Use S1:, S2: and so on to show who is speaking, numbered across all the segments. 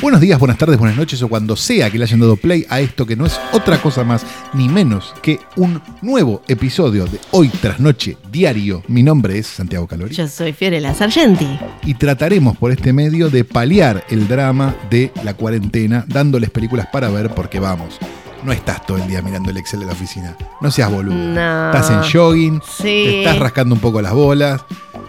S1: Buenos días, buenas tardes, buenas noches o cuando sea que le hayan dado play a esto que no es otra cosa más ni menos que un nuevo episodio de Hoy tras Noche Diario. Mi nombre es Santiago Calori
S2: Yo soy Fiorella Sargenti.
S1: y trataremos por este medio de paliar el drama de la cuarentena dándoles películas para ver porque vamos, no estás todo el día mirando el Excel de la oficina, no seas boludo.
S2: No.
S1: Estás en jogging, te
S2: Sí.
S1: estás rascando un poco las bolas.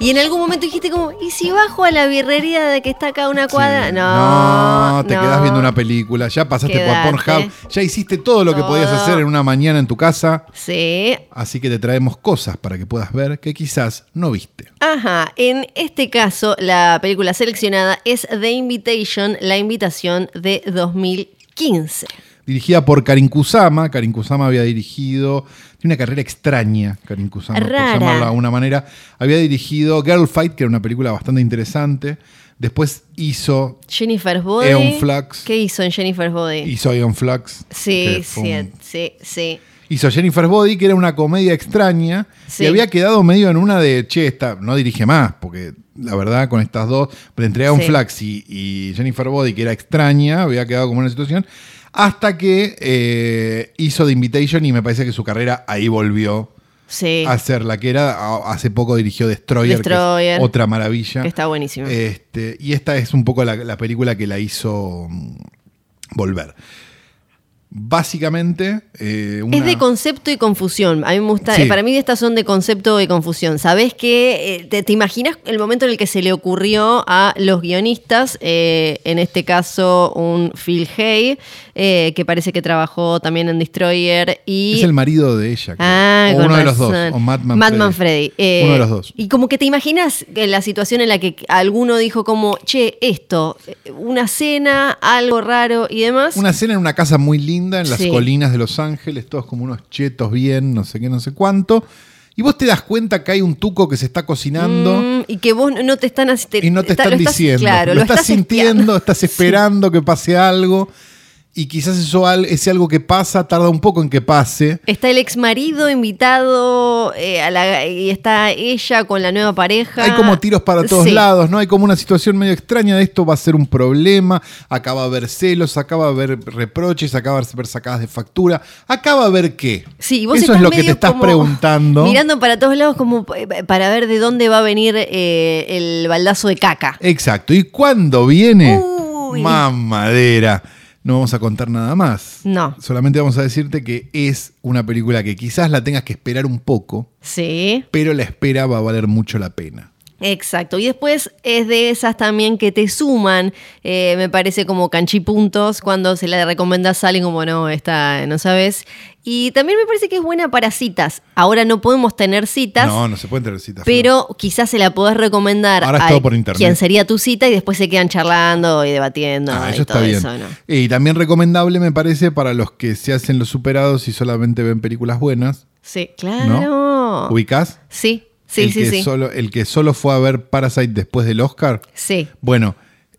S2: Y en algún momento dijiste como, ¿y si bajo a la birrería de que está acá a una cuadra?
S1: Sí.
S2: No.
S1: te quedás viendo una película, ya pasaste por
S2: Quedate.
S1: Pornhub, ya hiciste todo lo que podías
S2: Todo.
S1: hacer en una mañana en tu casa,
S2: Sí.
S1: así que te traemos cosas para que puedas ver que quizás no viste.
S2: Ajá, en este caso la película seleccionada es The Invitation, la invitación de 2015.
S1: Dirigida por Karin Kusama. Karin Kusama había dirigido. Tiene una carrera extraña, Karin Kusama,
S2: Rara.
S1: por llamarla de alguna manera. Había dirigido Girl Fight, que era una película bastante interesante. Después hizo,
S2: Jennifer's Body.
S1: Eon Flux.
S2: ¿Qué hizo en Jennifer's Body?
S1: hizo Ion Flux.
S2: Sí,
S1: que fue
S2: sí,
S1: un-
S2: sí, sí.
S1: Hizo Jennifer's Body, que era una comedia extraña.
S2: Sí.
S1: Y había quedado medio en una de, che, esta no dirige más, porque la verdad con estas dos, pero entre Ion
S2: Sí.
S1: Flax y, y Jennifer Body, que era extraña, había quedado como en una situación. Hasta que eh, hizo The Invitation y me parece que su carrera ahí volvió
S2: Sí.
S1: a ser la que era. A- Hace poco dirigió Destroyer, que es
S2: Destroyer.
S1: otra maravilla.
S2: Que está buenísima.
S1: Este, y esta es un poco la, la película que la hizo mm, volver. Básicamente. eh,
S2: Es
S1: una-
S2: de concepto y confusión. A mí me gusta.
S1: Sí.
S2: eh, Para mí estas son de concepto y confusión. Sabes que eh, te, te imaginas el momento en el que se le ocurrió a los guionistas, eh, en este caso un Phil Hay, eh, que parece que trabajó también en Destroyer y
S1: Es el marido de ella. creo.
S2: Ah,
S1: o
S2: con
S1: uno de los dos.
S2: razón.
S1: O Madman,
S2: Madman Freddy. Eh,
S1: uno de los dos.
S2: Y como que te imaginas que la situación en la que alguno dijo como, che, esto, eh, una cena, algo raro y demás.
S1: Una cena en una casa muy linda en las
S2: Sí.
S1: colinas de Los Ángeles, todos como unos chetos bien, no sé qué, no sé cuánto. Y vos te das cuenta que hay un tuco que se está cocinando
S2: Mm, y que vos no te están así- te-
S1: y no te
S2: está-
S1: están
S2: lo estás-
S1: diciendo.
S2: claro,
S1: lo, estás,
S2: espiando.
S1: sintiendo, estás esperando que pase algo. Y quizás eso, al- ese algo que pasa tarda un poco en que pase.
S2: Está el ex marido invitado eh, a la- y está ella con la nueva pareja.
S1: Hay como tiros para todos
S2: Sí.
S1: lados, ¿no? Hay como una situación medio extraña de esto va a ser un problema, acaba a haber celos, acaba a haber reproches, acaba a haber sacadas de factura, acaba a haber qué.
S2: Sí, y vos
S1: Eso
S2: estás
S1: es lo que
S2: medio
S1: te estás
S2: como
S1: preguntando.
S2: Mirando para todos lados como eh, para ver de dónde va a venir eh, el baldazo de caca.
S1: Exacto, ¿y cuándo viene?
S2: Uy.
S1: Mamadera. No vamos a contar nada más.
S2: No.
S1: Solamente vamos a decirte que es una película que quizás la tengas que esperar un poco,
S2: Sí,
S1: pero la espera va a valer mucho la pena.
S2: exacto. Y después es de esas también que te suman, eh, me parece como canchipuntos, cuando se la recomendás a alguien como no, esta no sabes. Y también me parece que es buena para citas. Ahora no podemos tener citas.
S1: No, no se pueden tener citas.
S2: Pero quizás se la podés recomendar
S1: Ahora es
S2: a
S1: todo por internet.
S2: quien sería tu cita y después se quedan charlando y debatiendo
S1: Ah,
S2: y todo eso, ¿no?
S1: Y también recomendable, me parece, para los que se hacen los superados y solamente ven películas buenas.
S2: Sí,
S1: ¿No?
S2: claro.
S1: ¿Ubicás?
S2: Sí, Ah, sí,
S1: el
S2: sí,
S1: que
S2: sí.
S1: Solo, el que solo fue a ver Parasite después del Oscar.
S2: Sí.
S1: Bueno,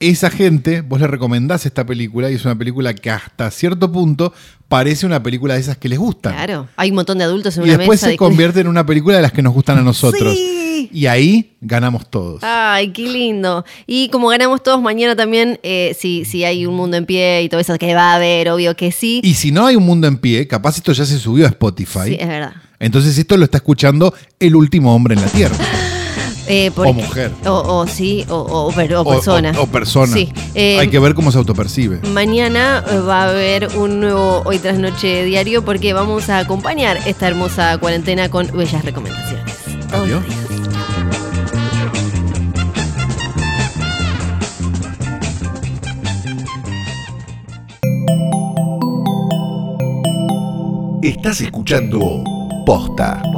S1: esa gente, vos le recomendás esta película y es una película que hasta cierto punto parece una película de esas que les gustan.
S2: Claro, hay un montón de adultos en
S1: Y
S2: una
S1: después
S2: mesa.
S1: se
S2: discu-
S1: convierte en una película de las que nos gustan a nosotros.
S2: Sí.
S1: Y ahí ganamos todos.
S2: Ay, qué lindo. Y como ganamos todos mañana también, eh, si, si hay un mundo en pie y todo eso, que va a haber, obvio que sí.
S1: Y si no hay un mundo en pie, capaz esto ya se subió a Spotify.
S2: Sí, es verdad.
S1: Entonces esto lo está escuchando el último hombre en la Tierra.
S2: Eh,
S1: O
S2: porque-
S1: mujer.
S2: O, o sí, o, o- pero- o
S1: O-
S2: persona.
S1: O, o persona.
S2: Sí. eh,
S1: Hay que ver cómo se autopercibe.
S2: Mañana eh, va a haber un nuevo Hoy tras Noche diario porque vamos a acompañar esta hermosa cuarentena con bellas recomendaciones.
S1: Adiós.
S3: Estás escuchando Posta.